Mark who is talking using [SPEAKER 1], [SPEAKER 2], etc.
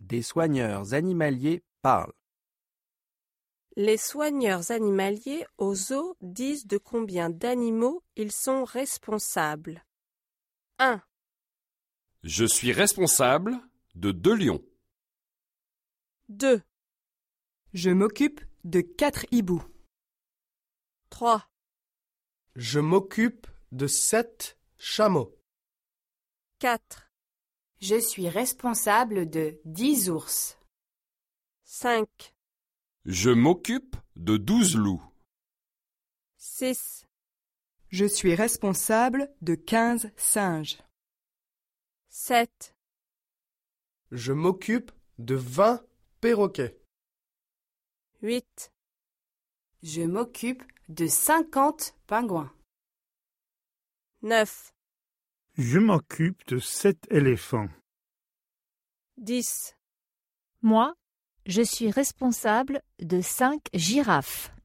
[SPEAKER 1] Des soigneurs animaliers parlent.
[SPEAKER 2] Les soigneurs animaliers aux zoo disent de combien d'animaux ils sont responsables. 1,
[SPEAKER 3] Je suis responsable de deux lions.
[SPEAKER 2] 2,
[SPEAKER 4] Je m'occupe de quatre hiboux.
[SPEAKER 2] 3,
[SPEAKER 5] Je m'occupe de sept chameaux.
[SPEAKER 2] 4,
[SPEAKER 6] Je suis responsable de dix ours.
[SPEAKER 2] 5,
[SPEAKER 3] Je m'occupe de douze loups.
[SPEAKER 2] 6,
[SPEAKER 4] Je suis responsable de quinze singes.
[SPEAKER 2] 7,
[SPEAKER 5] Je m'occupe de vingt perroquets.
[SPEAKER 2] 8,
[SPEAKER 6] Je m'occupe de cinquante pingouins.
[SPEAKER 2] 9,
[SPEAKER 7] Je m'occupe de sept éléphants.
[SPEAKER 2] 10.
[SPEAKER 8] Moi, je suis responsable de cinq girafes.